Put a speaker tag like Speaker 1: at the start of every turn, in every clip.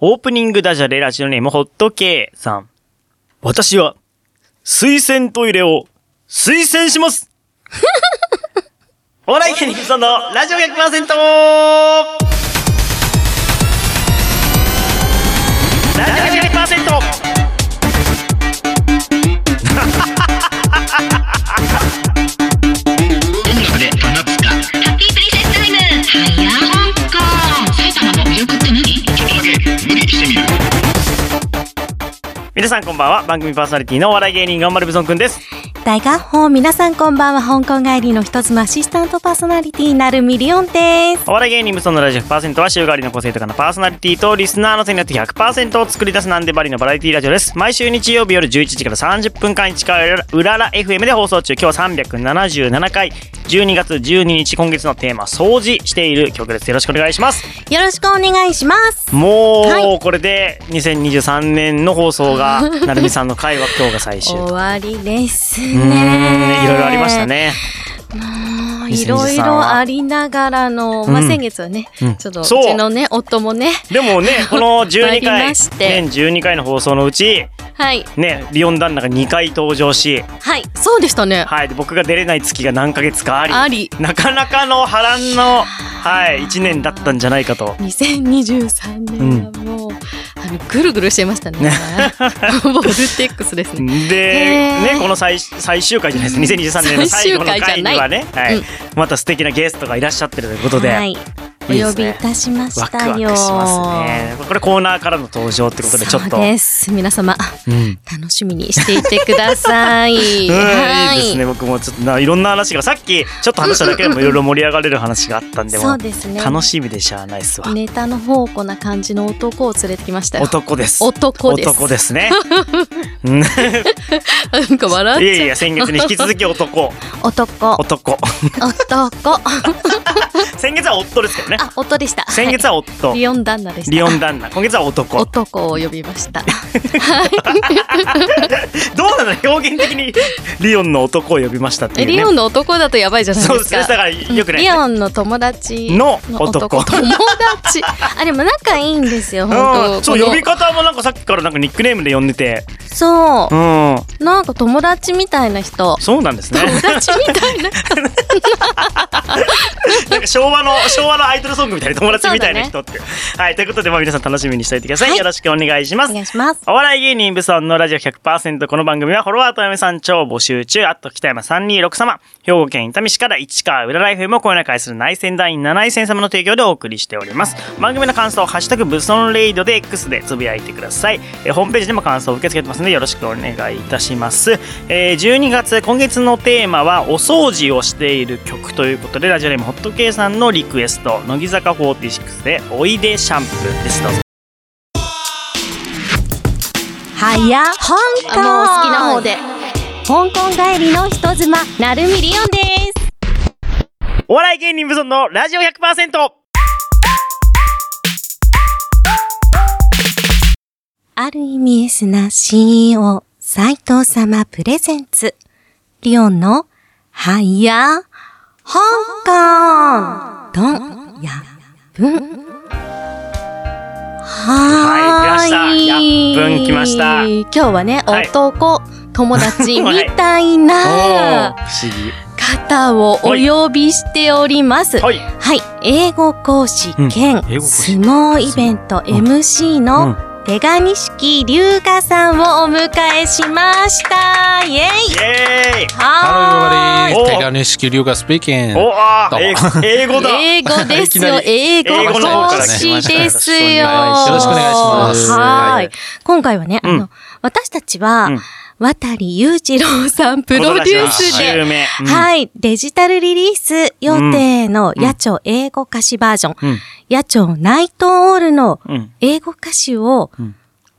Speaker 1: オープニングダジャレラジオネームホットケイさん。私は、水洗トイレを、推薦しますお笑い芸人さんのラジオ 100%! ラジオ 100%!
Speaker 2: 音楽で放つかハッピープリンセスタイムはや香港埼玉の魅力って何ちょっとだけ無理してみる
Speaker 1: 皆さんこんばんは。番組パーソナリティのお笑い芸人、頑張るブソンくんです。
Speaker 3: 大家宝皆さんこんばんは香港帰りの一つのアシスタントパーソナリティなるミリオンです
Speaker 1: お笑い芸人無双のラジオ100%は週替わりの個性とかのパーソナリティとリスナーの手によって100%を作り出すなんでバリのバラエティラジオです。毎週日曜日夜11時から30分間1回うらら FM で放送中。今日は377回。12月12日今月のテーマ掃除している曲です。よろしくお願いします。
Speaker 3: よろしくお願いします
Speaker 1: もう、
Speaker 3: はい
Speaker 1: これで2023年の放送が、なるみさんの回は今日が最終。
Speaker 3: 終
Speaker 1: う
Speaker 3: わりです
Speaker 1: ーん
Speaker 3: ね
Speaker 1: いろいろありましたね。
Speaker 3: もういろいろありながらの、まあ、
Speaker 1: うん
Speaker 3: 先月はね、
Speaker 1: うん
Speaker 3: ちょっとう
Speaker 1: そう
Speaker 3: ちのね夫もね
Speaker 1: でもね、この12
Speaker 3: あり
Speaker 1: 回、
Speaker 3: まして
Speaker 1: 全12回の放送のうち、
Speaker 3: はい
Speaker 1: ね、リオン旦那が2回登場し、
Speaker 3: はいそうでしたね
Speaker 1: はい、で僕が出れない月が何ヶ月かあり、
Speaker 3: あり
Speaker 1: なかなかの波乱の、はい、1年だったんじゃないかと。
Speaker 3: 2023年はもう、あのぐるぐるしてましたね ボルテックスです
Speaker 1: で、
Speaker 3: ねー
Speaker 1: ね、この最最終回じゃないです2023年の最後の
Speaker 3: 最
Speaker 1: 回
Speaker 3: 終回
Speaker 1: に
Speaker 3: じゃ
Speaker 1: は
Speaker 3: な
Speaker 1: ね、はい
Speaker 3: うん
Speaker 1: また素敵なゲストがいらっしゃってるということで、
Speaker 3: はいお
Speaker 1: いいで
Speaker 3: 呼
Speaker 1: すね
Speaker 3: びいたしまし
Speaker 1: ワク
Speaker 3: たよ
Speaker 1: ワクしますね。これコーナーからの登場ってことで、ちょっと。
Speaker 3: そうです皆様
Speaker 1: うん
Speaker 3: 楽しみにしていてくださ い。
Speaker 1: うん、
Speaker 3: はい
Speaker 1: いですね。僕もちょっとないろんな話がさっきちょっと話しただけでもいろいろ盛り上がれる話があったんでも
Speaker 3: そうですね。
Speaker 1: 楽しみでしゃあないっすわ。
Speaker 3: ネタの宝庫な感じの男を連れてきましたよ。
Speaker 1: 男です。
Speaker 3: 男です。
Speaker 1: 男です ね。うん
Speaker 3: なんか笑
Speaker 1: い
Speaker 3: っちゃ
Speaker 1: やいや先月に引き続き男
Speaker 3: う。 男。
Speaker 1: 男
Speaker 3: 男。
Speaker 1: 先月は夫ですけどね
Speaker 3: あ、夫でした。
Speaker 1: 先月は夫、
Speaker 3: はいリオン旦那でした。
Speaker 1: リオン旦那今月は男ど
Speaker 3: 男を呼びま した。
Speaker 1: うなの表現的にリオンの男を呼びましたっていうね
Speaker 3: リオンの男だとやばいじゃない
Speaker 1: そうで
Speaker 3: で
Speaker 1: すすねだ
Speaker 3: か。
Speaker 1: からよくない
Speaker 3: リ
Speaker 1: ね、
Speaker 3: オンの友達
Speaker 1: の男
Speaker 3: 友達。あ、でも仲いいんですよ。
Speaker 1: う
Speaker 3: 本当。
Speaker 1: ん、そう
Speaker 3: この
Speaker 1: 呼び方もなんかさっきからなんかニックネームで呼んでて
Speaker 3: そうう。
Speaker 1: ん
Speaker 3: なんか友達みたいな人。
Speaker 1: そうなんですね
Speaker 3: 友達みたいな人。
Speaker 1: なんか昭和の昭和のアイドルソングみたいな友達みたいな人って、はいということでまあ皆さん楽しみにしておいてください、
Speaker 3: はい
Speaker 1: よろしくお願いします
Speaker 3: お願いします。
Speaker 1: お笑い芸人ブソンのラジオ100%この番組はフォロワーとお嫁さん超募集中、あと北山326様、兵庫県伊丹市から市川裏ライフもこよな会する内戦団員7位戦様の提供でお送りしております。番組の感想、ハッシュタグブソンレイドで X でつぶやいてください。えーホームページでも感想を受け付けてますのでよろしくお願いいたします。えー12月今月のテーマはお掃除をしている曲ということでラジオネームホットケイさんのリクエスト、乃木坂46でおいでシャンプーです。どうぞ
Speaker 3: はや香港
Speaker 4: もう好きな方で
Speaker 3: 香港帰りの人妻なるみりおんです
Speaker 1: お笑い芸人無存のラジオ100%
Speaker 3: ある意味エスな CEO 斉藤様プレゼンツリオンのはや香港どんやぶんはーい
Speaker 1: はい来ましたやっぶん来ました
Speaker 3: 今日はね
Speaker 1: はい
Speaker 3: 男、友達みた
Speaker 1: お
Speaker 3: い
Speaker 1: ー
Speaker 3: な
Speaker 1: 不思議
Speaker 3: 方をお呼びしております。
Speaker 1: はい
Speaker 3: はい、英語講師兼、
Speaker 1: うん英語講師
Speaker 3: 相撲イベント MC
Speaker 1: う
Speaker 3: の手紙式龍河さんをお迎えしました。イエイ
Speaker 1: イエーイ
Speaker 3: はーい
Speaker 1: Hello, everybody. お
Speaker 5: Hello, everybody. 手金式龍河 speaking.
Speaker 1: おあ
Speaker 5: どうも
Speaker 1: 英語英語だ
Speaker 3: 英語ですよ。
Speaker 5: い
Speaker 3: 英語
Speaker 1: 英語の方
Speaker 3: 講
Speaker 1: から来ま
Speaker 3: 師
Speaker 1: した
Speaker 3: ですよ。
Speaker 1: よろしくお
Speaker 5: 願いします
Speaker 3: は
Speaker 5: は
Speaker 3: ーい
Speaker 5: い。
Speaker 3: 今回はね、あ
Speaker 1: う
Speaker 3: の、
Speaker 1: ん
Speaker 3: 私たちは、
Speaker 1: うん
Speaker 3: 渡裕次郎さんプロデュースで、
Speaker 1: 有名
Speaker 3: はい。デジタルリリース予定の野鳥英語歌詞バージョン。
Speaker 1: うん
Speaker 3: 野鳥ナイトオールの
Speaker 1: うん
Speaker 3: 英語歌詞を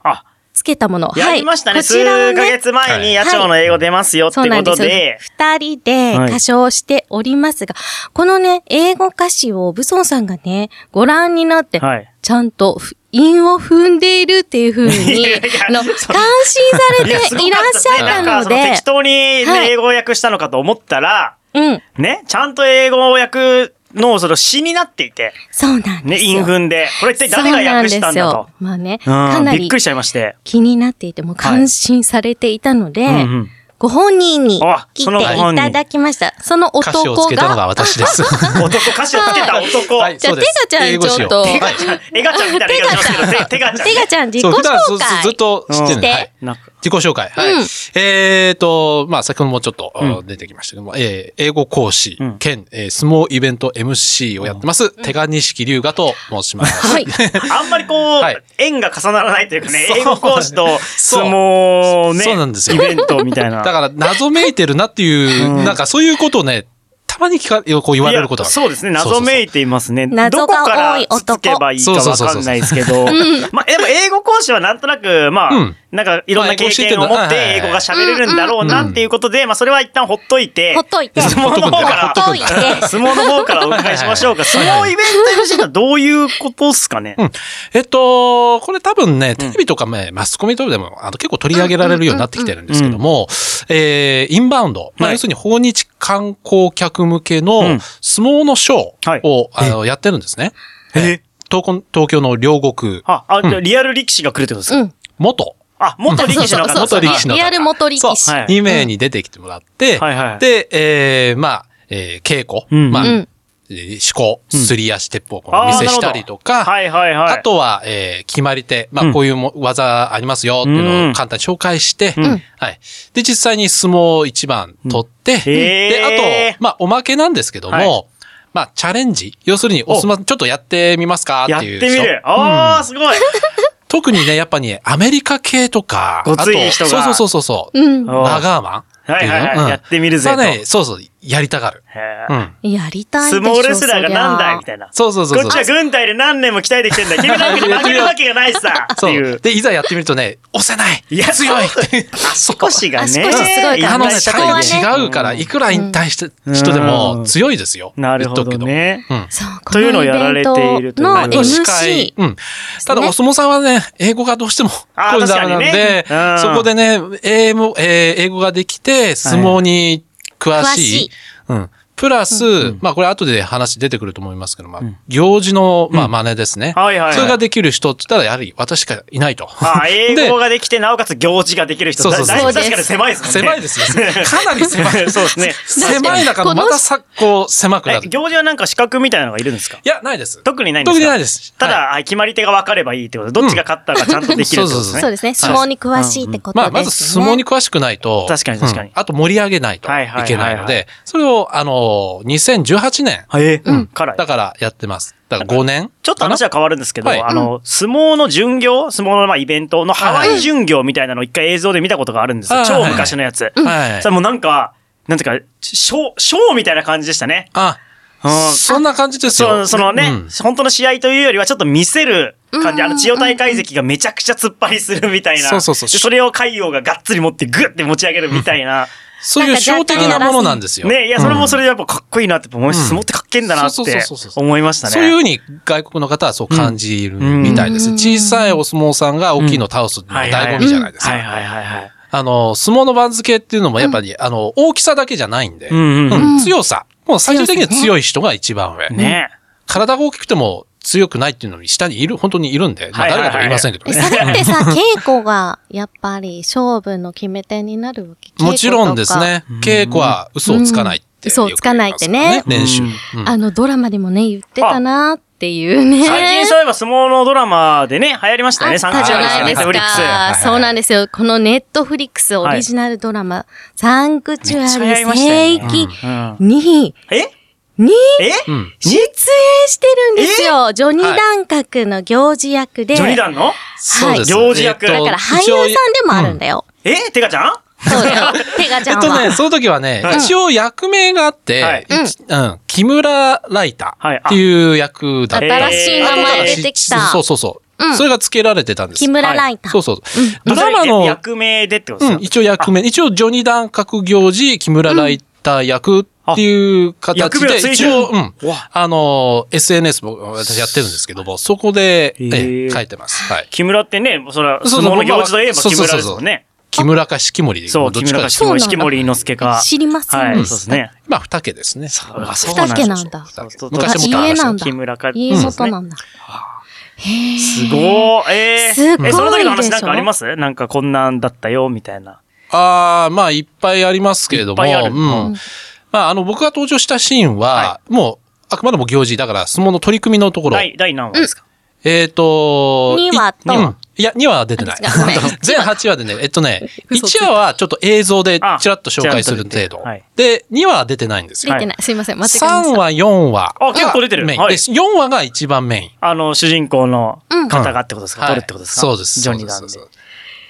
Speaker 1: あ
Speaker 3: つけたもの。
Speaker 1: やりましたね
Speaker 3: こち
Speaker 1: 数
Speaker 3: らを
Speaker 1: ヶ
Speaker 3: ね。
Speaker 1: 月前に野鳥の英語出ますよって
Speaker 3: そうな
Speaker 1: こ
Speaker 3: んで
Speaker 1: と
Speaker 3: すよ
Speaker 1: で。
Speaker 3: 二人で歌唱しておりますが、このね、英語歌詞をブソンさんがね、ご覧になって、
Speaker 1: はい
Speaker 3: ちゃんと韻を踏んでいるっていう風に、
Speaker 1: いやいや
Speaker 3: あの、感心
Speaker 1: そ
Speaker 3: さ
Speaker 1: う
Speaker 3: れていらっしゃった
Speaker 1: なんか
Speaker 3: の
Speaker 1: その
Speaker 3: で
Speaker 1: 適、当にね
Speaker 3: はい
Speaker 1: 英語を訳したのかと思ったら
Speaker 3: うん。
Speaker 1: ねちゃんと英語を訳のその詩になっていて、
Speaker 3: そうなんで
Speaker 1: ね、
Speaker 3: すよ。
Speaker 1: 韻踏で、これ一体誰が訳したんだと。
Speaker 3: そうなんですよ。まあね、
Speaker 1: う
Speaker 3: か
Speaker 1: ん、
Speaker 3: な
Speaker 1: びっ
Speaker 3: り
Speaker 1: くりしちゃいまして。
Speaker 3: 気になっていて、もう感心されていたので、
Speaker 1: うんうん
Speaker 3: ご本人に
Speaker 1: あ
Speaker 3: 来
Speaker 1: そのご
Speaker 3: て
Speaker 1: 本人
Speaker 3: いただきました。その
Speaker 5: 歌詞
Speaker 3: 男
Speaker 5: をつけたのが
Speaker 3: が、
Speaker 5: 私です。
Speaker 1: 男、歌詞をつけた男。
Speaker 5: はい
Speaker 3: じゃあ
Speaker 5: そうです
Speaker 3: テガちゃん
Speaker 5: 英語詞を
Speaker 3: ちょっと
Speaker 5: はい
Speaker 1: エガちゃんみたいな言い方しますけど、手がちゃん。
Speaker 3: てがちゃん自己
Speaker 5: そう
Speaker 3: 紹
Speaker 5: 普段ず
Speaker 3: 介。
Speaker 5: ずっと知ってるん
Speaker 3: う
Speaker 5: で
Speaker 3: ん
Speaker 5: はい
Speaker 1: なんか
Speaker 5: 自己紹介。はい。
Speaker 3: うん
Speaker 5: えーと、まあ、先ほどもちょっと、
Speaker 1: うん
Speaker 5: 出てきましたけども、えー英語講師
Speaker 1: うん
Speaker 5: 兼、えー相撲イベント MC をやってます、手賀錦龍河と申します。
Speaker 3: はい。
Speaker 1: あんまりこう、
Speaker 5: はい
Speaker 1: 縁が重ならないというかね、
Speaker 5: そう
Speaker 1: 英語講師と
Speaker 5: そう
Speaker 1: 相撲ね、
Speaker 5: そうなんですよ
Speaker 1: イベントみたいな。
Speaker 5: だから、謎めいてるなっていう、なんかそういうことをね、たまに聞か、こう言われること
Speaker 1: い
Speaker 5: が
Speaker 1: やそ
Speaker 5: ある
Speaker 1: うですね、謎めいていますね。
Speaker 3: 謎
Speaker 1: どこ
Speaker 3: が
Speaker 1: から
Speaker 3: 多い
Speaker 1: つつけばいいかわかんないですけど。まあ、でも英語講師はなんとなく、まあ、
Speaker 5: うん
Speaker 1: なんかいろんな経験を持っ
Speaker 5: まあ
Speaker 1: て
Speaker 5: 英
Speaker 1: 英語
Speaker 5: 語
Speaker 1: が
Speaker 5: を
Speaker 1: 喋れるんだろうなっていうことで、まあ、それは一旦ほっといて。
Speaker 3: ほっといて
Speaker 1: 相撲の方から、
Speaker 3: ほっといて
Speaker 1: 相撲の方からお伺いしましょうか。相撲イベント MC とはどういうことっすかね。
Speaker 5: うん。えっと、これ多分ね、テレビとかね、マスコミとかでも、あの、結構取り上げられるようになってきてるんですけども、えー、インバウンド、ま
Speaker 1: は
Speaker 5: あ、
Speaker 1: い
Speaker 5: 要するに訪日観光客向け
Speaker 1: うん
Speaker 5: の相撲のショ
Speaker 1: はい
Speaker 5: ーを、あの、やってるんですね。
Speaker 1: え
Speaker 5: 東こ東京の両国、
Speaker 1: あ、あ、じゃあリアル力士が来るってことです
Speaker 3: う
Speaker 1: か
Speaker 3: ん。
Speaker 5: 元、
Speaker 1: あ、元力士の方
Speaker 3: そうそうそう
Speaker 5: 元力士の方
Speaker 3: リアル元力士。
Speaker 5: そう、
Speaker 1: はい
Speaker 5: 2名に出てきてもらって、
Speaker 1: はいはい
Speaker 5: で、えー、まあ、えー、稽古、
Speaker 1: うん
Speaker 5: まあ、
Speaker 3: う
Speaker 5: え
Speaker 3: ん
Speaker 5: ー四股、
Speaker 1: うん
Speaker 5: すり足、鉄砲、この見せしたりとか、
Speaker 1: はいはいはい。
Speaker 5: あとは、えー決まり手。ま
Speaker 1: うん
Speaker 5: あ、こういうも技ありますよっていうのを簡単に紹介して、
Speaker 1: うん
Speaker 5: はい。で、実際に相撲一番取って、
Speaker 1: へー
Speaker 5: で、あと、まあ、おまけなんですけども、
Speaker 1: はい
Speaker 5: まあ、チャレンジ。要するに、おすま、ちょっとやってみますか
Speaker 1: や
Speaker 5: っ
Speaker 1: ってて
Speaker 5: いう人。
Speaker 1: みる。ああ、すごい。
Speaker 5: 特にね、やっぱね、アメリカ系とか、
Speaker 1: ごつい人が
Speaker 5: あとそうそうそうそう。
Speaker 3: うん。
Speaker 1: お
Speaker 5: ラガーマンってうの
Speaker 1: はいはいはいやってみるぜと
Speaker 5: まあね、そうそう、やりたがる。
Speaker 1: へー
Speaker 5: うん。
Speaker 3: やりたいでし
Speaker 1: 相
Speaker 3: ょ
Speaker 1: 撲レスラーがなんだいみ
Speaker 3: い
Speaker 1: たいな。
Speaker 5: そうそうそうそう。
Speaker 1: こっちは軍隊で何年も鍛えてきてんだ。君なんかに負けるわけがないさって
Speaker 5: そ。
Speaker 1: いうう。
Speaker 5: で、いざやってみるとね、押せない
Speaker 1: いや
Speaker 5: 強い
Speaker 1: そう 少
Speaker 5: 足
Speaker 1: しがね、
Speaker 3: 足腰すごいから
Speaker 5: あのね、
Speaker 3: 確
Speaker 5: 社
Speaker 3: かに
Speaker 5: 会が
Speaker 1: 違
Speaker 5: 違
Speaker 1: う
Speaker 5: う
Speaker 1: か
Speaker 5: からら、
Speaker 1: い
Speaker 5: い
Speaker 1: く
Speaker 5: くらに対して
Speaker 1: うん
Speaker 5: 人でも強いですよ。
Speaker 1: なるほどね
Speaker 5: 言っとくけど。
Speaker 3: そう、
Speaker 1: と
Speaker 3: こ
Speaker 1: い
Speaker 3: の
Speaker 1: うのをやられているという
Speaker 3: イベントの
Speaker 5: 司
Speaker 3: MC。
Speaker 5: 会うん。ただ、お相撲さんはね、英語がどうしても、こ
Speaker 1: あー
Speaker 5: ういうダメなんで
Speaker 1: 確かにねうん、
Speaker 5: そこでね、英語えー英語ができて、相撲に詳
Speaker 3: 詳し
Speaker 5: し
Speaker 3: い
Speaker 5: い。うん。プラス
Speaker 1: ん、
Speaker 5: まあこれ後で話出てくると思いますけど、まあ
Speaker 1: ん、
Speaker 5: 行事の、まあ真似ですね。
Speaker 1: はいはいはい
Speaker 5: それができる人って言ったら、やはり私しかいないと。
Speaker 1: ああ、英語
Speaker 5: で
Speaker 1: ができて、なおかつ行事ができる人。
Speaker 5: そうそうそう
Speaker 1: だだいぶ
Speaker 3: そうです
Speaker 1: 確かに狭いですもんね。
Speaker 5: 狭いですよ。かなり狭い。
Speaker 1: そうですね。
Speaker 5: 狭い中のまたさ、こう、狭くな
Speaker 1: え
Speaker 5: る。い
Speaker 1: 行事はなんか資格みたいなのがいるんですか
Speaker 5: や、ないです。
Speaker 1: 特にないんですか
Speaker 5: 特にないです
Speaker 1: ただ、あ決まり手が分かればいいってこと。どっちが勝ったかちゃんとできるってことですね。
Speaker 5: ん
Speaker 3: そうですね。相撲に詳しいってことです
Speaker 5: ま
Speaker 3: よ
Speaker 5: あ、
Speaker 3: ね。
Speaker 5: まず相撲に詳しくないと。
Speaker 1: 確かに確かに
Speaker 5: うんあと盛り上げないと
Speaker 1: はい
Speaker 5: い
Speaker 1: はいはいはい
Speaker 5: けないので、それを、あの、2018年、
Speaker 1: はい。えーから
Speaker 5: だからやってます。だから5年。
Speaker 1: ちょっと話は変わるんですけど、
Speaker 5: はい
Speaker 1: あの、相撲の巡業、相撲のまあイベントのハワイ巡業みたいなのを一回映像で見たことがあるんですよ。
Speaker 5: はい
Speaker 1: 超昔のやつ。
Speaker 5: はい
Speaker 1: それもうなんか、なんていうか、ショー、ショーみたいな感じでしたね。
Speaker 5: あ
Speaker 1: うん、
Speaker 5: そんな感じです
Speaker 1: そ
Speaker 5: よ。
Speaker 1: うそのね、
Speaker 5: うん
Speaker 1: 本当の試合というよりはちょっと見せる感じ、あの、千代大会関がめちゃくちゃ突っ張りするみたいな。
Speaker 5: そうそうそう
Speaker 1: でそれを海洋ががっつり持ってグッて持ち上げるみたいな。
Speaker 5: そういう小的なものなんですよ。
Speaker 1: ねいや、それもそ
Speaker 5: れ、
Speaker 1: れでやっぱかっこいいなって思いまし
Speaker 5: う
Speaker 1: た
Speaker 5: ん
Speaker 1: 相撲ってかっけえんだなって
Speaker 5: そうそうそうそうそう
Speaker 1: 思いましたね。
Speaker 5: そういうふうに外国の方はそう感じるみたいです。
Speaker 3: うん
Speaker 5: 小さいお相撲さんが大きいのを倒すのが醍醐味じゃないですか。
Speaker 1: はいはいはいはい。
Speaker 5: あの、相撲の番付っていうのもやっぱり、あの、大きさだけじゃないんで、
Speaker 1: うんうんうん
Speaker 5: うん強さ。もう最終的には強い人が一番上。
Speaker 1: ね
Speaker 5: 体が大きくても強くないっていうのに下にいる、本当にいるんで、まあ、
Speaker 1: はいはい
Speaker 5: 誰
Speaker 1: はい
Speaker 5: かとは言いませんけど
Speaker 3: え、
Speaker 5: ね。
Speaker 3: それってさ、 稽古が、やっぱり、勝負の決め手になるわけ
Speaker 5: もちろんです。ね
Speaker 1: うん。
Speaker 5: 稽古は嘘をつかないってよく言いますから、
Speaker 3: うん嘘をつかないってね
Speaker 5: 練習。
Speaker 1: うん
Speaker 5: う
Speaker 3: 稽古と
Speaker 5: ん
Speaker 3: かあの、ドラマでもね、言ってたなっていうね。
Speaker 1: 最近そういえば相撲のドラマでね、流行りました
Speaker 3: あ
Speaker 1: ね、
Speaker 3: っ
Speaker 1: サン
Speaker 3: たじゃないです
Speaker 1: フリックス。
Speaker 5: は
Speaker 3: か
Speaker 5: い。
Speaker 3: そうなんですよ。このネットフリックスオリジナルドラマ、サンクチュアリ
Speaker 1: めっちゃやりました
Speaker 3: 聖
Speaker 1: よね
Speaker 3: 域
Speaker 1: うん
Speaker 3: に、
Speaker 1: え
Speaker 3: に、
Speaker 1: え
Speaker 5: うん。
Speaker 3: 出演してるんですよ。ジョニー・ダン角の行事役で。
Speaker 1: ジョニダンの
Speaker 5: そうです。
Speaker 1: 行事役
Speaker 5: えっ
Speaker 1: だ
Speaker 5: と
Speaker 3: だから俳優さんでもあるんだよ。
Speaker 1: えてかちゃん
Speaker 3: そうだよ。ペガち
Speaker 5: えっ
Speaker 3: ゃん
Speaker 5: とね、
Speaker 3: は。
Speaker 5: その時はね、一応役名があって、
Speaker 1: はい
Speaker 5: 一うん、木村ライターっていう役だっ
Speaker 1: は
Speaker 5: た。
Speaker 1: いあ新しい名前
Speaker 3: 出てきた
Speaker 5: そうそうそう。
Speaker 3: うん
Speaker 5: それが付けられてたんです。
Speaker 3: 木村ライター。
Speaker 5: そうそう。ドラマ
Speaker 1: それ
Speaker 5: の、
Speaker 1: 役名でってこと
Speaker 5: う
Speaker 1: です
Speaker 5: ん
Speaker 1: か、
Speaker 5: 一応役名、一応ジョニー・ダン角行事、木村ライター役っていう形
Speaker 1: 役名はついて
Speaker 5: で、
Speaker 1: る
Speaker 5: 一応、うん
Speaker 1: うわ。
Speaker 5: あの、SNS も私やってるんですけども、そこで、
Speaker 1: へー
Speaker 5: ええ書いてます。はい。
Speaker 1: 木村ってね、それは相
Speaker 5: そうそう
Speaker 1: 撲の行事といえば
Speaker 5: そう
Speaker 1: 木
Speaker 5: そう
Speaker 1: 村
Speaker 5: そう
Speaker 1: ですもんね。
Speaker 5: 木村か式守で、
Speaker 1: そう、
Speaker 5: どっ
Speaker 1: 木
Speaker 5: ち
Speaker 1: 村
Speaker 5: かで
Speaker 1: か
Speaker 5: す。
Speaker 1: 式
Speaker 3: そうなん
Speaker 1: 守、
Speaker 3: だ
Speaker 1: 式守伊之助か。
Speaker 3: 知りません
Speaker 1: はい、そう
Speaker 3: で
Speaker 1: で
Speaker 3: した
Speaker 1: すね。
Speaker 5: まあ、二家ですね。
Speaker 1: そうあそう
Speaker 3: 二家なんだ。
Speaker 1: そうそう
Speaker 5: 昔も
Speaker 1: あ
Speaker 3: 家
Speaker 5: 買いました
Speaker 3: なんだ。
Speaker 1: 木村か
Speaker 3: 家元なんだ。へえ。
Speaker 1: すごーえー、
Speaker 3: すごい
Speaker 1: え、その時の
Speaker 3: で
Speaker 1: 話
Speaker 3: しょ
Speaker 1: なんかありますなんかこんなんだったよ、みたいな。
Speaker 5: ああ、まあ、いっぱいありますけれども、
Speaker 1: いっぱいある
Speaker 5: うん。まあ、あの、僕が登場したシーンは、
Speaker 1: は
Speaker 5: もう、あくまでも行事、だから、相撲の取り組みのところ。
Speaker 1: 第、第何話ですか、
Speaker 5: えっ、と、
Speaker 3: 二話と
Speaker 5: いうんいや、2話は出てない。
Speaker 3: あ違うごめん
Speaker 5: 全8話でね、 えっとね、
Speaker 3: 嘘つい
Speaker 5: 1
Speaker 3: た
Speaker 5: 話はちょっと映像でちらっと紹介する程度
Speaker 1: あちらっ。
Speaker 5: で、2話は出てないんです
Speaker 3: 出
Speaker 5: よ。
Speaker 1: はい
Speaker 3: てない。すいません。間違えま
Speaker 5: 3
Speaker 3: した。
Speaker 5: 話、4話。
Speaker 1: あ結構出てる
Speaker 5: メイン。
Speaker 1: はい
Speaker 5: です4話が一番メイン。
Speaker 1: あの、主人公の方がってことですか、
Speaker 5: はい
Speaker 1: 取るってことですか
Speaker 5: そうです。
Speaker 1: ジョニーダン
Speaker 5: そう
Speaker 1: で
Speaker 5: で。すそう
Speaker 1: うん
Speaker 5: です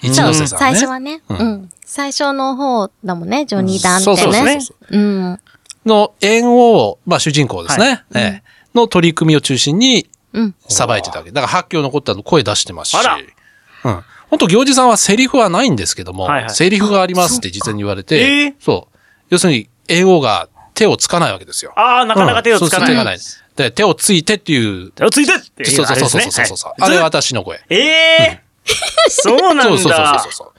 Speaker 5: 一ノ瀬さんね。
Speaker 3: 最初はね、
Speaker 5: う
Speaker 3: うんん。最初の方だもんね、ジョニー・ダンっ
Speaker 5: そう
Speaker 1: そ
Speaker 3: て
Speaker 1: うそう
Speaker 3: ね。うん。
Speaker 5: の縁を、まあ主人公ですね。ええの取り組みを中心に
Speaker 3: うん。
Speaker 5: さばいてたわけ。だから発狂残ったの声出してますし。
Speaker 1: あら
Speaker 5: うん。本当行司さんはセリフはないんですけども、
Speaker 1: はいはい
Speaker 5: セリフがありますって事前に言われて、
Speaker 1: あえー
Speaker 5: そう。要するに、英語が手をつかないわけですよ。
Speaker 1: ああ、なかなか手をつかない。
Speaker 5: うんそうそう手がない。で、手をついてっていう、
Speaker 1: 手をついてってい
Speaker 5: そうそうそうそうそうそう。あれは私の声。
Speaker 1: ええーそうなんだ。
Speaker 5: そうそうそうそうそう。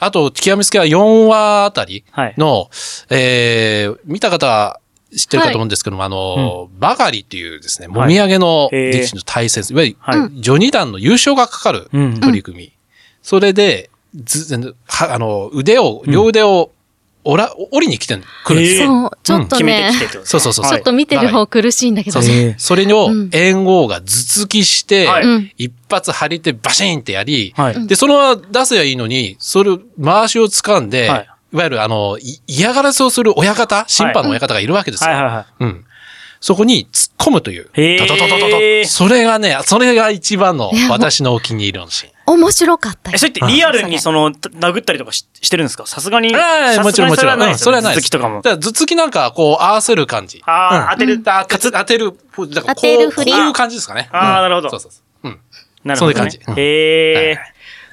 Speaker 5: あと、極めつけは4話あたりの、えー、見た方は知ってるかと思うんですけども、あの、バガリっていうですね、もみあげの
Speaker 1: はい
Speaker 5: 力士の対戦、いわゆる、
Speaker 1: はい
Speaker 5: ジョニ団の優勝がかかる
Speaker 1: うん
Speaker 5: 取り組み。それで、ず、はあの、腕を、両腕を、おら、折りに来てくるんですよ。
Speaker 3: そう、ちょっと
Speaker 1: 決め
Speaker 3: ね
Speaker 1: てき、てってことです
Speaker 5: そう
Speaker 1: ね
Speaker 5: そうそう
Speaker 1: は
Speaker 5: そ
Speaker 1: いう
Speaker 3: ちょっと見てる方苦しいんだけど
Speaker 5: そうそう
Speaker 3: ね。
Speaker 1: えー
Speaker 5: それを
Speaker 3: うん、
Speaker 5: 援護が頭突きして、
Speaker 1: はい
Speaker 3: うん
Speaker 5: 一発張り手バシーンってやり、
Speaker 1: はい。
Speaker 5: で、そのまま出せばいいのに、それ、回しを掴んで、
Speaker 1: はい
Speaker 5: い、わゆるあの、い嫌がらせをする親方、審判の親方がいるわけですよ。
Speaker 1: はいはいは
Speaker 5: うん。そこに突っ込むという。
Speaker 1: へー
Speaker 5: ドドドドドドそれがね、それが一番の私のお気に入りのシーン。
Speaker 3: 面白かった
Speaker 1: い。え、
Speaker 3: よ
Speaker 1: そ。れってリアルにその、た殴ったりとかししてるんですかさすがに。
Speaker 5: ああ、もちろんもちろん。うん
Speaker 1: さす
Speaker 5: そ
Speaker 1: が
Speaker 5: れ
Speaker 1: にそれはな
Speaker 5: はない
Speaker 1: いですよね。頭突
Speaker 5: です。
Speaker 1: きとかも。
Speaker 5: だら頭突きなんか、こう、合わせる感じ。
Speaker 1: ああ、当てる。
Speaker 5: あ当て当てる。だから
Speaker 3: 当
Speaker 5: こう
Speaker 3: てる振り
Speaker 5: こういう感じですかね。
Speaker 1: あー
Speaker 5: うん
Speaker 1: なるほど
Speaker 5: そうそうそう。うん。
Speaker 1: なるほど、ね。
Speaker 5: そういう感じうん
Speaker 1: へえ。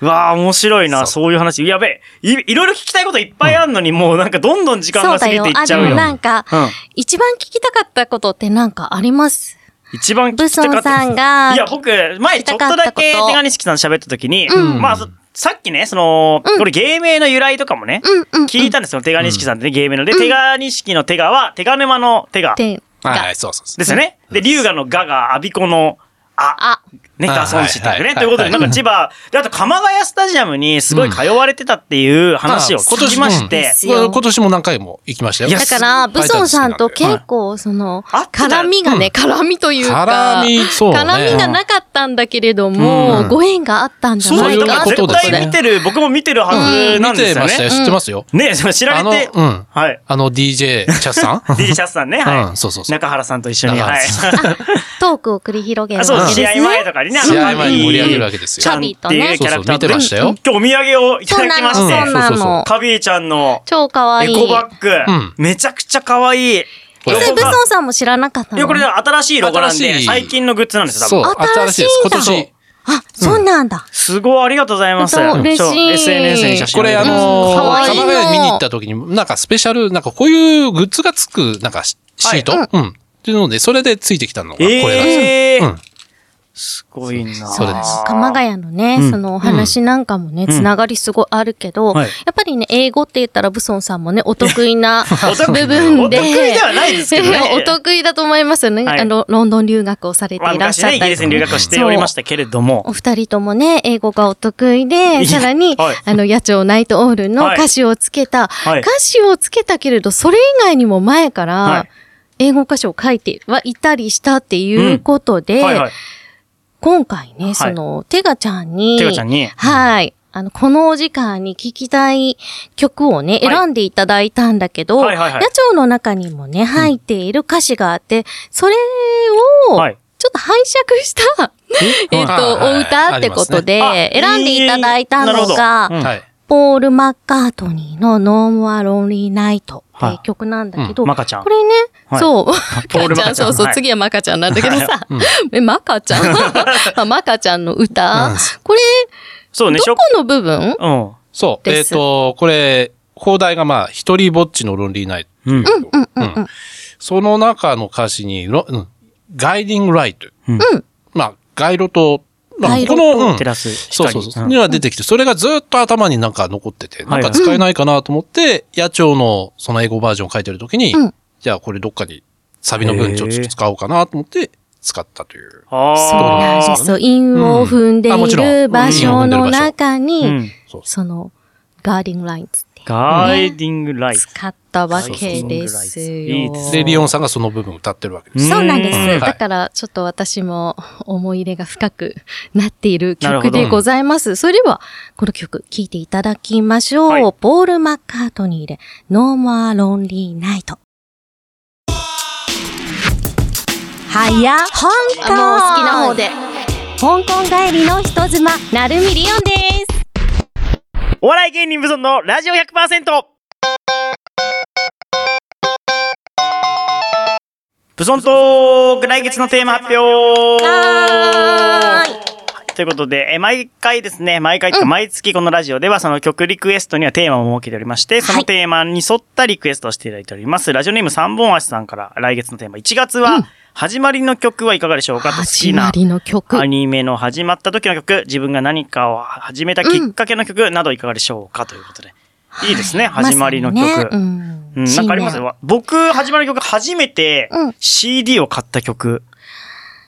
Speaker 1: うわあ、面白いな、
Speaker 5: そう
Speaker 1: そういう話。やべえ、いいろいろ聞きたいこといっぱいあんのに、もうなんかどんどん時間
Speaker 3: そう
Speaker 1: が過
Speaker 3: だ
Speaker 1: ぎ
Speaker 3: よ
Speaker 1: てい。っ
Speaker 3: あ、
Speaker 1: ち
Speaker 3: で
Speaker 1: ゃう
Speaker 3: も
Speaker 1: よ。
Speaker 3: なんか、
Speaker 1: うん。
Speaker 3: 一番聞きたかったことってなんかあります
Speaker 1: 一番聞
Speaker 3: ブ
Speaker 1: き
Speaker 3: ソ
Speaker 1: たか
Speaker 3: ン
Speaker 1: った
Speaker 3: さんが。
Speaker 1: いや、僕、前ちょっとだけ手金式さんと喋った時に、
Speaker 5: ん
Speaker 1: まあ、そさっきね、その、これ芸名の由来とかもね、
Speaker 3: うんうんうん。
Speaker 1: 聞いたんですよ、手金式さんってね、芸名の。で、手金式の手がは、手賀沼の手が
Speaker 3: て
Speaker 5: はいは
Speaker 3: が
Speaker 5: い、そうそうそう。
Speaker 1: ですよね。で、龍河のがが、アビコの、あ、
Speaker 3: あ、
Speaker 1: ね、
Speaker 5: はい
Speaker 1: ダソン市っていう
Speaker 5: はい
Speaker 1: ね。ということで、
Speaker 5: は
Speaker 1: ないんか千葉、で、あと鎌ヶ谷スタジアムにすごい通われてたっていう話を
Speaker 5: あー今
Speaker 1: 聞
Speaker 5: 年
Speaker 1: きまして、
Speaker 3: すよ
Speaker 5: うん今年も何回も行きましたよ。
Speaker 1: いや
Speaker 3: だから、
Speaker 5: ファ
Speaker 3: 武
Speaker 5: イター
Speaker 3: 尊
Speaker 5: ズ好き
Speaker 3: さ
Speaker 5: なんで
Speaker 3: と結構、その、
Speaker 1: はい
Speaker 3: 絡みがね、絡みというか、
Speaker 5: 絡みそうね
Speaker 3: 絡みがなかったんだけれども、
Speaker 5: うん
Speaker 3: ご縁があったんじゃ
Speaker 1: そう
Speaker 3: ない
Speaker 1: だ
Speaker 5: そう
Speaker 1: か
Speaker 5: い
Speaker 1: ら
Speaker 5: う
Speaker 3: か
Speaker 5: こ
Speaker 1: 絶
Speaker 5: とですね
Speaker 1: 対見てる、僕も見てるはずなん
Speaker 5: 見
Speaker 1: で
Speaker 5: て
Speaker 1: すよ
Speaker 5: ました
Speaker 1: ね。
Speaker 5: よ。知ってますよ。
Speaker 1: ね、その知られて、
Speaker 5: あのうん
Speaker 1: はい。
Speaker 5: あの DJ チャスさ ん
Speaker 1: デジシャスさんね、は
Speaker 5: うん
Speaker 1: い。
Speaker 5: そうそうそう
Speaker 1: 中原さんと一緒に、
Speaker 5: 中
Speaker 1: は
Speaker 5: 原
Speaker 1: い。
Speaker 5: さ
Speaker 3: トークを繰り広げる
Speaker 1: あそう
Speaker 3: わけ
Speaker 1: 試
Speaker 3: で
Speaker 1: 合
Speaker 3: す
Speaker 1: 前
Speaker 3: ね。
Speaker 1: とかにね、
Speaker 5: 試合前に盛り上げるわけですよ
Speaker 1: ちゃんっていうキャラクターと
Speaker 5: そうそう見てましたよ
Speaker 1: 今日お土産をいただきま
Speaker 3: そう
Speaker 1: し
Speaker 3: なの、そう
Speaker 1: て、
Speaker 3: な
Speaker 5: うんそうそうそ
Speaker 3: の。
Speaker 1: カビエちゃんの
Speaker 3: 超かわ
Speaker 1: エ
Speaker 3: いい。
Speaker 1: コバッグ
Speaker 5: ん、
Speaker 1: めちゃくちゃ可愛い。
Speaker 5: これ
Speaker 3: それ、武
Speaker 1: が
Speaker 3: 尊さんも知らなかった
Speaker 1: いや、
Speaker 3: の
Speaker 1: これね新しいロゴなん
Speaker 5: 新
Speaker 1: で、
Speaker 5: しい
Speaker 1: 最近のグッズなんですよ、多
Speaker 5: そう
Speaker 1: 分。、
Speaker 5: 新しいです。今
Speaker 3: 新しいん
Speaker 5: 年。
Speaker 3: あ、そうなんだ。
Speaker 1: すごい、ありがとうございます。
Speaker 3: 本当嬉しい
Speaker 1: ちょ SNS に写真
Speaker 5: これ、あの
Speaker 3: うん
Speaker 5: ー、
Speaker 3: かわいい
Speaker 5: 鎌
Speaker 3: の
Speaker 5: ヶ谷見に行った時に、なんかスペシャル、なんかこういうグッズがつく、なんかシシート、うん。っていうので、それでついてきたのが、これなんですよ。
Speaker 1: え
Speaker 5: う
Speaker 1: ー
Speaker 5: ん。
Speaker 1: すごいな
Speaker 5: そうです
Speaker 3: 鎌ヶ谷のね、
Speaker 1: うん
Speaker 3: そのお話なんかもね、つながりすごいあるけど、
Speaker 1: はい
Speaker 3: やっぱりね、英語って言ったらブソンさんもね、お得意な
Speaker 1: 得意
Speaker 3: 部分 で。
Speaker 1: お得意ではないですけどね
Speaker 3: お得意だと思いますよね。
Speaker 1: はい
Speaker 3: あの、ロンドン留学をされて
Speaker 1: まあ
Speaker 3: いらっ
Speaker 1: 昔
Speaker 3: しゃ
Speaker 1: ね、
Speaker 3: っ
Speaker 1: イ
Speaker 3: た
Speaker 1: ギ
Speaker 3: り
Speaker 1: リス
Speaker 3: とか
Speaker 1: に留学しておりましたけれども
Speaker 3: お。二人ともね、英語がお得意で、
Speaker 1: や
Speaker 3: さらに、
Speaker 1: はい
Speaker 3: あの、野鳥ナイトオールの
Speaker 1: はい
Speaker 3: 歌詞をつけた、
Speaker 1: はい
Speaker 3: 歌詞をつけたけれど、それ以外にも前から、
Speaker 1: はい
Speaker 3: 英語歌詞を書いてはいたりしたっていうことで、
Speaker 1: はいはい。
Speaker 3: 今回ね、その、テガちゃんに、
Speaker 1: テガちゃんに
Speaker 3: はい。あの、このお時間に聴きたい曲をね、
Speaker 1: はい
Speaker 3: 選んでいただいたんだけど、
Speaker 1: はいはいはい
Speaker 3: 野鳥の中にもね、入っている歌詞があって、それを、
Speaker 1: はい
Speaker 3: ちょっと拝借した、えっと、
Speaker 5: はい
Speaker 3: お歌ってことで、
Speaker 1: ありますねあ
Speaker 3: 選んでいただいたの
Speaker 1: いいなる
Speaker 3: が、
Speaker 1: ほどうん
Speaker 5: はい。
Speaker 3: ポール・マッカートニーの No More Lonely Night っていう曲なんだけど、
Speaker 1: はいうんマカちゃん
Speaker 3: これね、
Speaker 1: はい
Speaker 3: そう、
Speaker 1: ポール マカちゃん
Speaker 3: そうそう、
Speaker 1: はい
Speaker 3: 次はマカちゃんなんだけどさ、 え、マカちゃん まあマカちゃんの歌、
Speaker 5: うん
Speaker 3: これ、
Speaker 1: そうね、ショ
Speaker 3: ど
Speaker 1: ッ
Speaker 3: この部分
Speaker 1: ク。うん。
Speaker 5: そう。え
Speaker 3: で
Speaker 5: っ、
Speaker 3: す
Speaker 5: と、これ、放題がまあ、一人ぼっちのロンリーナイト。
Speaker 1: うん。
Speaker 5: うんその中の歌詞に、ロうんガイディングライト。
Speaker 1: うん
Speaker 5: まあ、街路灯、まあ
Speaker 3: パイ
Speaker 5: こ
Speaker 3: ロッ
Speaker 5: この、うん
Speaker 1: 照らす
Speaker 5: そう
Speaker 1: 光。
Speaker 5: そうそう。
Speaker 1: ん
Speaker 5: には出てきて、それがずっと頭になんか残ってて、
Speaker 1: は
Speaker 5: ないん
Speaker 1: はい
Speaker 5: か使えないかなと思って、野鳥のその英語バージョンを書いてるときに
Speaker 3: うん、
Speaker 5: じゃあこれどっかにサビの文ちょっと使おうかなと思って使ったという。
Speaker 3: そうなん
Speaker 1: あ
Speaker 3: ですよ。韻を踏んで
Speaker 5: うんあも
Speaker 3: い
Speaker 5: ちろ
Speaker 3: る
Speaker 5: ん
Speaker 3: 場所の中
Speaker 1: ー。う
Speaker 3: に、
Speaker 1: ん。
Speaker 5: そう
Speaker 3: その、ガーディングラインズって
Speaker 1: ガイディングライト。
Speaker 3: 使ったわけですよ。
Speaker 1: いいです
Speaker 5: で、リオ
Speaker 3: ン
Speaker 5: ンさんがその部分を歌ってるわけです。
Speaker 3: そうなんです。
Speaker 1: うん
Speaker 5: はい
Speaker 3: だから、ちょっと私も思い入れが深くなっている
Speaker 1: なるほ
Speaker 3: 曲
Speaker 1: ど
Speaker 3: でございます。それでは、この曲聴いていただきましょう。
Speaker 1: はい
Speaker 3: ポール・マッカートニーで、No More Lonely Night。はや、香港
Speaker 4: あもう好きな方で。
Speaker 3: 香港帰りの人妻、なるみりおんです。
Speaker 1: お笑い芸人無尊のラジオ 100%! ブソントーク来月のテーマ発表
Speaker 3: はーい
Speaker 1: ということで、えー毎回ですね、毎回というか毎月このラジオではその曲リクエストにはテーマを設けておりまして、そ
Speaker 3: は
Speaker 1: の
Speaker 3: い
Speaker 1: テーマに沿ったリクエストをしていただいております。ラジオネーム三本足さんから来月のテーマ、1月は、始まりの曲はいかがでしょうかと好き
Speaker 3: 始
Speaker 1: な
Speaker 3: まりの曲。
Speaker 1: アニメの始まった時の曲、自分が何かを始めたきっかけの曲などいかがでしょうかということで。いいですね、始まりの曲。
Speaker 3: さにねうん
Speaker 1: うん、なんかあります
Speaker 3: 新年
Speaker 1: わ僕、始まりの曲、初めて
Speaker 3: うん
Speaker 1: CD を買った曲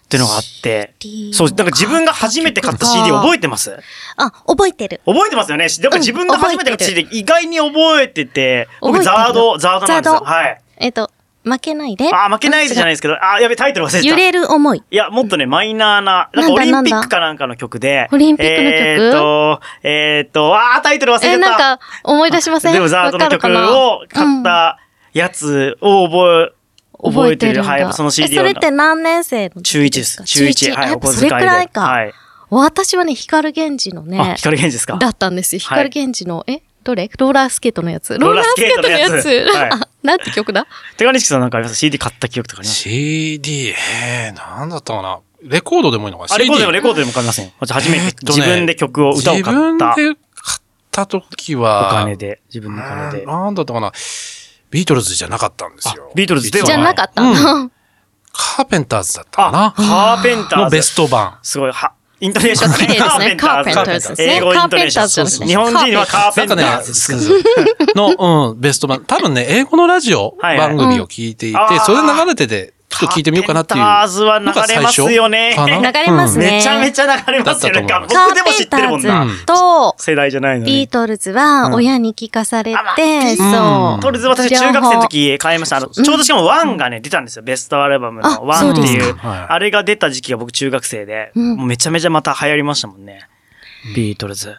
Speaker 1: っていうのがあって、
Speaker 3: CD
Speaker 1: そう、なんか自分が初めて買った CD
Speaker 3: を
Speaker 1: 覚えてます
Speaker 3: あ、覚えてる。
Speaker 1: 覚えてますよねだから自分が初めて買った CD 意外に覚えてて、僕、
Speaker 3: 覚えてる
Speaker 1: ザード、ザードなんですよ。
Speaker 3: ザード
Speaker 1: はい。
Speaker 3: えっと、負けないで。
Speaker 1: あー、負けないでじゃない
Speaker 3: い。
Speaker 1: ですけど、あー、やべ、タイトル忘れてた。
Speaker 3: 揺れる思い。
Speaker 1: いや、もっとね、マイナーな、なん
Speaker 3: なんだ
Speaker 1: かオリンピ
Speaker 3: な
Speaker 1: ッ
Speaker 3: ん
Speaker 1: ク
Speaker 3: だ
Speaker 1: かなんかの曲で。
Speaker 3: オリンピックの曲
Speaker 1: えーっと、えーっと、あー、タイトル忘れてた。
Speaker 4: え、なんか、思い出しません
Speaker 1: でもザードの曲を買っ、
Speaker 4: わかるかな
Speaker 1: たやつを覚
Speaker 4: う
Speaker 1: え、
Speaker 4: ん
Speaker 1: 覚えてる。は
Speaker 4: 覚えてるんだ
Speaker 1: い、その
Speaker 3: え、
Speaker 1: CD を。
Speaker 3: それって何年生の時
Speaker 1: 中1です。
Speaker 3: か
Speaker 1: 中1。はい、
Speaker 3: あや
Speaker 1: お
Speaker 3: っぱ
Speaker 1: 小
Speaker 3: そ
Speaker 1: 遣い
Speaker 3: れ
Speaker 1: で。
Speaker 3: くらいか。
Speaker 1: はい。
Speaker 3: 私はね、光源氏の
Speaker 1: あ、
Speaker 3: ね、
Speaker 1: 光源氏ですか
Speaker 4: だったんですよ。
Speaker 1: はい
Speaker 4: 光源氏の、えどれローラースケートのやつ。
Speaker 1: ローラースケートのやつ
Speaker 4: ローラースケートのやつ
Speaker 1: は
Speaker 4: なんて曲だ
Speaker 1: 手紙式さんなんかあります ?CD 買った記憶とかあります
Speaker 5: CD、ええなんだったかな。レコードでもいいのかな
Speaker 1: あ、レコードでも
Speaker 5: CD
Speaker 1: レコードでも買いません。私初め
Speaker 5: え
Speaker 1: て
Speaker 5: ーっとね
Speaker 1: 自分で曲を、歌を買った。
Speaker 5: 自分で買った時
Speaker 1: お
Speaker 5: は、
Speaker 1: 金で、自分のお金
Speaker 5: う
Speaker 1: で
Speaker 5: ん。なんだったかな。ビートルズじゃなかったんですよ
Speaker 1: あ。ビートルズでは
Speaker 4: じゃなかったの、
Speaker 5: カーペンターズだった
Speaker 1: あ、
Speaker 5: か
Speaker 1: カーペンタ
Speaker 5: なの
Speaker 1: ー
Speaker 5: ベ
Speaker 1: ズ。
Speaker 5: スト版。
Speaker 1: すごい、は、イントネーション
Speaker 4: 綺麗ですね
Speaker 1: カーペンターズ
Speaker 5: カーペンターズです
Speaker 4: ね
Speaker 1: 英語イントネーショ
Speaker 4: カ
Speaker 1: ン。
Speaker 4: ーペンターズじゃない
Speaker 1: 日本人はカーペ
Speaker 5: な
Speaker 1: ン
Speaker 5: ん
Speaker 1: タ
Speaker 5: かね
Speaker 1: ー、ズです。
Speaker 5: の、うん、ベスト版。多分ね、英語のラジオ
Speaker 1: はいはい
Speaker 5: 番組を聞いていて
Speaker 1: うんあー、
Speaker 5: それ流れてて、ちょっと聞いてみようかなっていう。
Speaker 1: カーペンターズは流れますよね
Speaker 5: のが最初かな
Speaker 3: 流れますね
Speaker 1: めちゃめちゃ流れますよね。
Speaker 5: だったと
Speaker 1: 僕でも知ってるもん
Speaker 5: カー
Speaker 1: な
Speaker 5: ペン。
Speaker 3: と、
Speaker 1: 世代じゃないの
Speaker 3: ビー
Speaker 1: に。
Speaker 3: トルズは親に聞かされて、
Speaker 5: まあ
Speaker 3: そう。
Speaker 1: トルズ私中学生の時買いました。あの、ちょうどしかもワンがね、出たんですよ。ベストアルバム
Speaker 3: あ
Speaker 1: のワンってい
Speaker 5: そう
Speaker 1: う。
Speaker 5: ですかはい
Speaker 1: あれが出た時期が僕中学生で、
Speaker 3: うん
Speaker 1: もうめちゃめちゃまた流行りましたもんね。ビートルズ。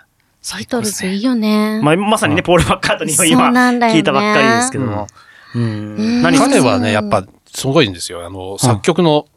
Speaker 3: ビートルズいいよね。
Speaker 1: まあ、まさにね、ポール・マッカートニーを
Speaker 3: そ
Speaker 1: 今
Speaker 3: うなんだよね
Speaker 1: 聞いたばっかりですけども。うん。何
Speaker 5: 彼は
Speaker 3: う
Speaker 5: ね、
Speaker 3: ん
Speaker 5: やっぱ、すごいんですよ。あの、作曲の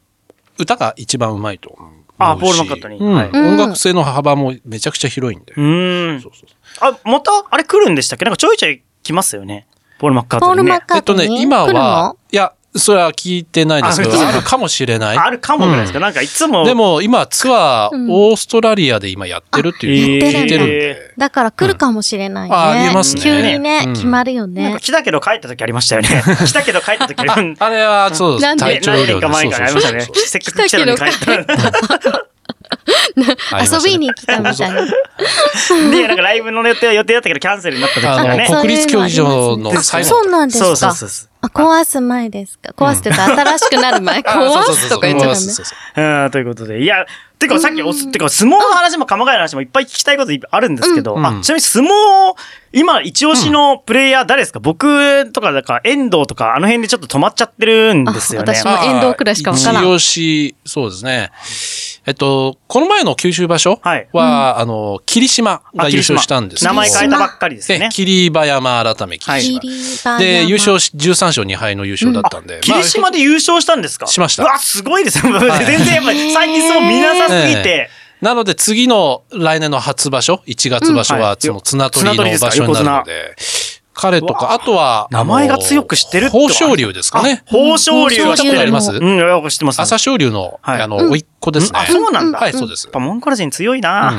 Speaker 5: 歌が一番うまいと思うし。
Speaker 1: あポールマッカートニー
Speaker 5: うん
Speaker 1: はい
Speaker 5: 音楽性の幅もめちゃくちゃ広いんで
Speaker 1: う。ん
Speaker 5: そ。うそう
Speaker 1: あ、また、あれ来るんでしたっけなんかちょいちょい来ますよね。ポール・マッカートニー、ね。
Speaker 3: ポールマッカートニー
Speaker 5: えっとね、今
Speaker 3: 来る
Speaker 5: は
Speaker 3: の、
Speaker 5: いや、それは聞いてないですけど、
Speaker 1: あそう
Speaker 5: あるかもしれない。
Speaker 1: あるかもぐらいですか、
Speaker 5: う
Speaker 1: なんかいつも。
Speaker 5: でも今ツアー、オーストラリアで今やってるっていうのを
Speaker 1: あ
Speaker 5: 聞いてるんで。
Speaker 1: やってる
Speaker 3: だから来るかもしれないね。
Speaker 5: うんあありますね
Speaker 3: 急にね、
Speaker 5: うん
Speaker 3: 決まるよ
Speaker 1: なん
Speaker 3: ね
Speaker 1: か。来たけど帰った時ありました よね。来たけど帰った時ありました。
Speaker 5: あれは、そうです。
Speaker 4: なんで
Speaker 5: 体調不
Speaker 1: 何
Speaker 5: 良
Speaker 1: 年か前からありましたね
Speaker 5: そうそうそう。
Speaker 1: せっかく来たのに帰った。
Speaker 3: 遊びに
Speaker 5: ありましたね
Speaker 3: 来たみたいな。
Speaker 1: で、なんかライブの予定予定だったけどキャンセルになった時とか
Speaker 5: あ
Speaker 1: ね。
Speaker 5: の、国立競技場の
Speaker 1: あ
Speaker 5: 最後。
Speaker 3: そうなんです
Speaker 1: そうそう
Speaker 3: か。
Speaker 1: そうそう。
Speaker 3: あ壊す前ですか。壊すっていうか、新しくな る前。
Speaker 5: あそう
Speaker 4: 壊
Speaker 5: そ
Speaker 4: す
Speaker 5: うそうそ
Speaker 4: と
Speaker 5: う
Speaker 4: か言っちゃダメ。
Speaker 5: そうそうそう
Speaker 1: うん、ということで。いや、てかさっきおす、てか相撲の話も鎌ヶ谷の話もいっぱい聞きたいこといっぱいあるんですけど、
Speaker 5: うん
Speaker 1: あ、ちなみに相撲、今一押しのプレイヤー誰ですか、僕とか、だから遠藤とか、あの辺でちょっと止まっちゃってるんですよね。
Speaker 4: あ私も遠藤くらいしかわからん
Speaker 5: 一押し、そうですね。えっと、この前の九州場所
Speaker 1: はい
Speaker 5: は、あの、霧島が優勝したんですけど
Speaker 1: 名前変えたばっかりですよ
Speaker 5: で
Speaker 1: ね。
Speaker 5: 霧馬山改め霧島。で、優勝し、13勝2敗の優勝だったんで。まあ
Speaker 1: 霧島で優勝したんですか
Speaker 5: しました
Speaker 1: うわ、すごいですね。全然やっぱり最近そう見なさすぎて。
Speaker 5: なので次の来年の初場所、1月場所
Speaker 1: うんは
Speaker 5: はいその綱取りの場所になるので、彼とか、あとは、
Speaker 1: 名前が強く知ってるって
Speaker 5: 豊昇龍ですかね。
Speaker 1: 豊昇龍は知ってる。
Speaker 5: 聞いたことあります
Speaker 1: うん、よく知ってます。
Speaker 5: 朝青龍の、
Speaker 1: はい
Speaker 5: あの、甥っ子ですね。
Speaker 1: あ、そうなんだ。
Speaker 5: はい、
Speaker 1: や
Speaker 5: そうです
Speaker 1: っ。ぱモンゴル人強いな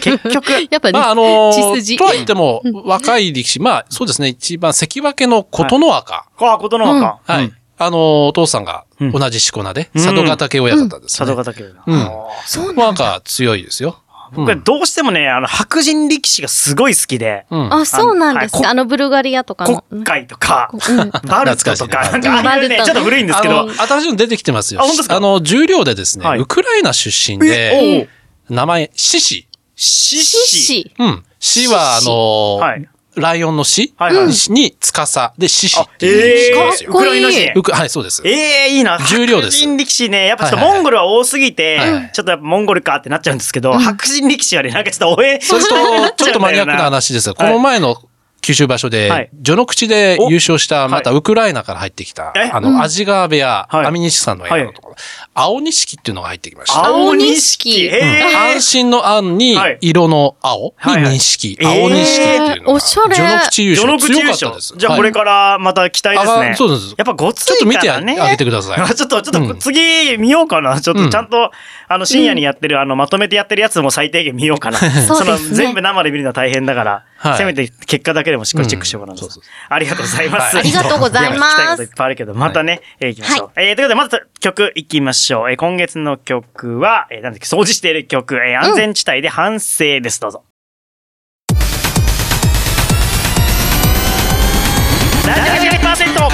Speaker 1: 結局。
Speaker 4: やっぱね、
Speaker 5: まあ、あの
Speaker 4: 血筋。
Speaker 5: とは言っても、若い力士、まあ、そうですね、一番関脇の琴ノ若。
Speaker 1: あ、ことのほか。
Speaker 5: はい。あの、お父さんが
Speaker 1: うん
Speaker 5: 同じ四股名で、
Speaker 1: うん
Speaker 5: 佐渡ヶ嶽親方です、
Speaker 1: 佐
Speaker 5: ね。
Speaker 1: 渡ヶ嶽だ。
Speaker 5: うん
Speaker 3: そう
Speaker 5: な
Speaker 3: なんん
Speaker 5: か強いですよ。
Speaker 1: 僕はどうしてもね、あの、白人力士がすごい好きで、
Speaker 5: うん。
Speaker 4: あ、そうなんです
Speaker 1: あの
Speaker 4: か。あの、ブルガリアとかの。
Speaker 1: 国会とか
Speaker 4: こ、うん。
Speaker 1: バルトとか、なん
Speaker 5: 懐かしい
Speaker 1: かああいうね、
Speaker 4: バルト
Speaker 1: ちょっと古いんですけ
Speaker 5: あ
Speaker 1: ど
Speaker 5: の、新しいの出てきてますよ。
Speaker 1: あ本当ですか
Speaker 5: あの、重量でですね、
Speaker 1: はい
Speaker 5: ウクライナ出身
Speaker 1: えお
Speaker 5: で、
Speaker 1: う
Speaker 5: 名前、獅子。
Speaker 1: 獅
Speaker 4: 獅
Speaker 1: 子。
Speaker 4: 子。
Speaker 5: うん。獅は、あの
Speaker 1: はい
Speaker 5: ライオンの獅、
Speaker 1: はいはい
Speaker 5: に、司で獅子
Speaker 1: あ
Speaker 5: っ、て
Speaker 1: え
Speaker 5: いう
Speaker 1: ー
Speaker 5: ん
Speaker 4: か
Speaker 5: で
Speaker 4: っ
Speaker 5: すよ。
Speaker 1: ウクライナ人。
Speaker 5: ウクはい、そうです。
Speaker 1: ええいいな。
Speaker 5: 重量です
Speaker 1: 白人力士ね、やっぱちょっと
Speaker 5: はいはいはい
Speaker 1: モンゴルは多すぎて
Speaker 5: はいはい、
Speaker 1: ちょっとやっぱモンゴルかってなっちゃうんですけど、白人力士はね、なんかちょっと応援
Speaker 5: それと、ちょっとマニアックな。話ですが、この前の九州場所
Speaker 1: はい
Speaker 5: で、序の口で優勝した、またウクライナから入ってきた
Speaker 1: え、
Speaker 5: あの、味川部屋、
Speaker 1: はい
Speaker 5: アミニシさんの部屋のところ、青錦っていうのが入ってきました。
Speaker 1: 青錦。
Speaker 4: うん
Speaker 1: ええ
Speaker 5: 安心の安に
Speaker 1: はい、
Speaker 5: 色の青に
Speaker 1: はいはい
Speaker 5: 錦、
Speaker 1: えー
Speaker 5: 青錦っていうのが、
Speaker 4: おしゃれ
Speaker 5: 序の口優
Speaker 1: 序の
Speaker 5: 勝
Speaker 1: 口優
Speaker 5: 強かった
Speaker 1: 勝
Speaker 5: です。
Speaker 1: じゃあこれからまた期待です
Speaker 5: は
Speaker 1: ね
Speaker 5: いあ。そうです。
Speaker 1: やっぱごつ
Speaker 5: ちょっと
Speaker 1: い
Speaker 5: 見
Speaker 1: か
Speaker 5: て
Speaker 1: ら
Speaker 5: あ
Speaker 1: ね。
Speaker 5: げてくださ い。
Speaker 1: あちょっと、ちょっ
Speaker 5: う
Speaker 1: と、
Speaker 5: ん
Speaker 1: 次見ようかな。ちょっ
Speaker 5: う
Speaker 1: と、
Speaker 5: ん
Speaker 1: ちゃんと、あの、深夜にやってる、あの、まとめてやってるやつも最低限見よう かな。
Speaker 4: そうで
Speaker 1: の、
Speaker 4: すね
Speaker 1: 全部生で見るのは大変だから、
Speaker 5: はい
Speaker 1: せめて結果だけでもしっかりチェックしようかなと
Speaker 5: うんそうそう
Speaker 1: ありがとうございます。
Speaker 5: はいあり
Speaker 4: がとうございます
Speaker 1: や聞きたいこといっぱいあるけど、またね、えー行きましょう。えーということで、まず曲いきましょう。えー今月の曲は、えーなんだっけ、掃除している曲、えー安全地帯で反省です。どうぞ。ラジオ100%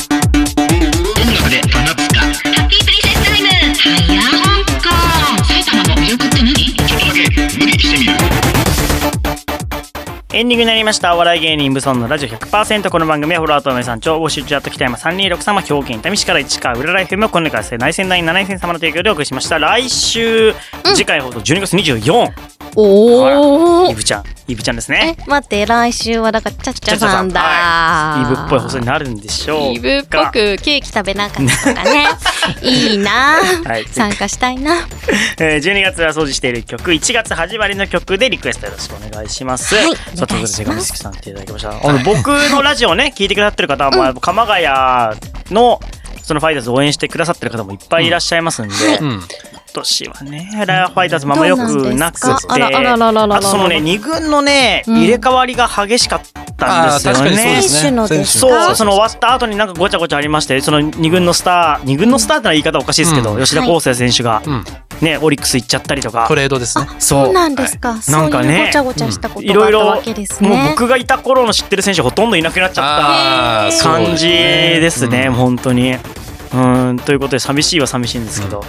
Speaker 6: ハ
Speaker 2: 音楽で放つか
Speaker 6: ッピープリンセスタイムはや香港
Speaker 2: 埼玉も魅力って何ちょっとだけ無理してみる
Speaker 1: エンディングになりました。お笑い芸人ブソンのラジオ100%。この番組はフォロワーとめさん、超募集中やと北山326様、兵庫県伊丹市から市川裏ライフもこの中で内戦第7戦様の提供でお送りしました。来週、次回ほど12月24、
Speaker 4: お
Speaker 1: イ
Speaker 4: ー。
Speaker 1: ブちゃん、イブちゃんです
Speaker 4: え
Speaker 1: ね。、
Speaker 4: 待って、来週はだから、ちゃっちゃさんだ。
Speaker 1: はいイブっぽい放送になるんでしょうか。
Speaker 4: イブっぽくケーキ食べなかったとかね。いいなぁ、
Speaker 1: はい
Speaker 4: 参加したいな。
Speaker 1: えー12月は掃除している曲、1月始まりの曲でリクエストよろしくお願いします。
Speaker 4: はい
Speaker 1: さあと
Speaker 4: お願
Speaker 1: いう
Speaker 4: いし
Speaker 1: こ
Speaker 4: ます
Speaker 1: とで、ガミスキさん来ていただきました。あの僕のラジオね、聞いてくださってる方は、まあ、鎌ヶ谷の、そのファイターズを応援してくださってる方もいっぱいいらっしゃいますんで、
Speaker 5: う
Speaker 1: 今
Speaker 5: ん。
Speaker 1: 年はね、ラファイターズもあんま良くなくて、
Speaker 4: どうなんですかあらあららららら
Speaker 1: あとそのね、2軍のね、
Speaker 4: うん
Speaker 1: 入れ替わりが激しかったんですよ
Speaker 5: あー確かにそうで
Speaker 1: ね
Speaker 5: す。ね。
Speaker 3: 選手のです
Speaker 5: 選手
Speaker 1: そう、その終わった後になんかごちゃごちゃありまして、その2軍のスター、2軍のスターってのは言い方おかしいですけど、
Speaker 5: うん
Speaker 1: 吉田康生選手が、
Speaker 5: うん。
Speaker 1: ね、オリックス行っちゃったりとか
Speaker 5: ト、レードですね。
Speaker 1: そう
Speaker 4: そうなんですか。
Speaker 1: な
Speaker 4: そうん
Speaker 1: かね
Speaker 4: いうごちゃごちゃしたこ
Speaker 1: い
Speaker 4: とがあ
Speaker 1: ろ
Speaker 4: っ
Speaker 1: い
Speaker 4: た
Speaker 1: ろ、
Speaker 4: わけです
Speaker 1: もう
Speaker 4: ね。
Speaker 1: 僕がいた頃の知ってる選手ほとんどいなくなっちゃっ
Speaker 5: あー
Speaker 1: た
Speaker 5: そう
Speaker 1: 感じですね、
Speaker 5: うん
Speaker 1: 本当に。うーんということで寂しいは寂しいんですけど、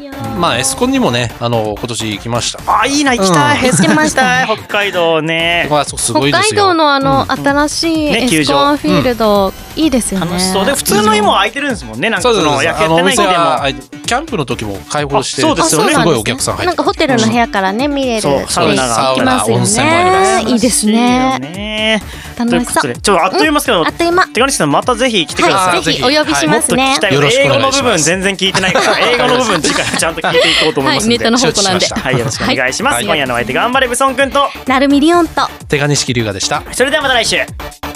Speaker 4: いやー
Speaker 5: まあ、エスコンにもね、あの、今年行きました。
Speaker 1: あいいな行きたい、
Speaker 5: うん
Speaker 1: 行きましたい北海道ね
Speaker 5: まあ、そうすご
Speaker 4: 北
Speaker 5: いですよ。
Speaker 4: 海道のあの、新しい
Speaker 1: ね
Speaker 4: エスコンフィールド、いいですよね。
Speaker 1: 楽しそうで普通の今は空いてるんですもんねなん
Speaker 5: そ
Speaker 1: か
Speaker 5: う
Speaker 1: そ
Speaker 5: そうそ
Speaker 1: の
Speaker 5: うそう
Speaker 1: 野球
Speaker 5: あ
Speaker 1: やってない
Speaker 5: のお店
Speaker 1: 日でも
Speaker 5: はあキャンプの時も開放して
Speaker 1: あそうですよね
Speaker 5: すごいお客さん入
Speaker 4: な
Speaker 5: っ
Speaker 4: ん
Speaker 5: て
Speaker 4: かホテルの部屋からね、見れる
Speaker 1: そうサウナがあったり
Speaker 4: 行きますよね
Speaker 5: サウナ温泉もあり
Speaker 4: いいですね。
Speaker 1: ねとい
Speaker 4: 楽
Speaker 1: う
Speaker 4: し
Speaker 1: こ
Speaker 4: そ
Speaker 1: と
Speaker 4: う
Speaker 1: で。ちょっとあっという間ですけど
Speaker 4: あっという間。
Speaker 1: 手紙さんまたぜひ来てください、
Speaker 4: はい、
Speaker 5: ぜ
Speaker 4: ぜ
Speaker 5: ひ
Speaker 4: ひお呼びし
Speaker 5: い
Speaker 4: ま
Speaker 1: もっ
Speaker 4: す
Speaker 1: と聞
Speaker 4: ね
Speaker 1: きた。い
Speaker 5: よろしくお
Speaker 1: 英
Speaker 5: 願
Speaker 1: 語
Speaker 5: いし
Speaker 1: の
Speaker 5: ます
Speaker 1: 部分全然聞いてないから英語の部分次回ちゃんと聞いていこうと思い
Speaker 4: は
Speaker 1: ます
Speaker 4: い、
Speaker 1: んで、
Speaker 4: ネタの方向なんで。
Speaker 5: 承知しました
Speaker 1: はい、よろしくお願いします。
Speaker 5: はい
Speaker 1: 今夜のお相手、頑張れブソンくんと、
Speaker 4: なるみりおんと。
Speaker 5: 手金式龍河でした。
Speaker 1: それではまた来週。
Speaker 5: バイバイ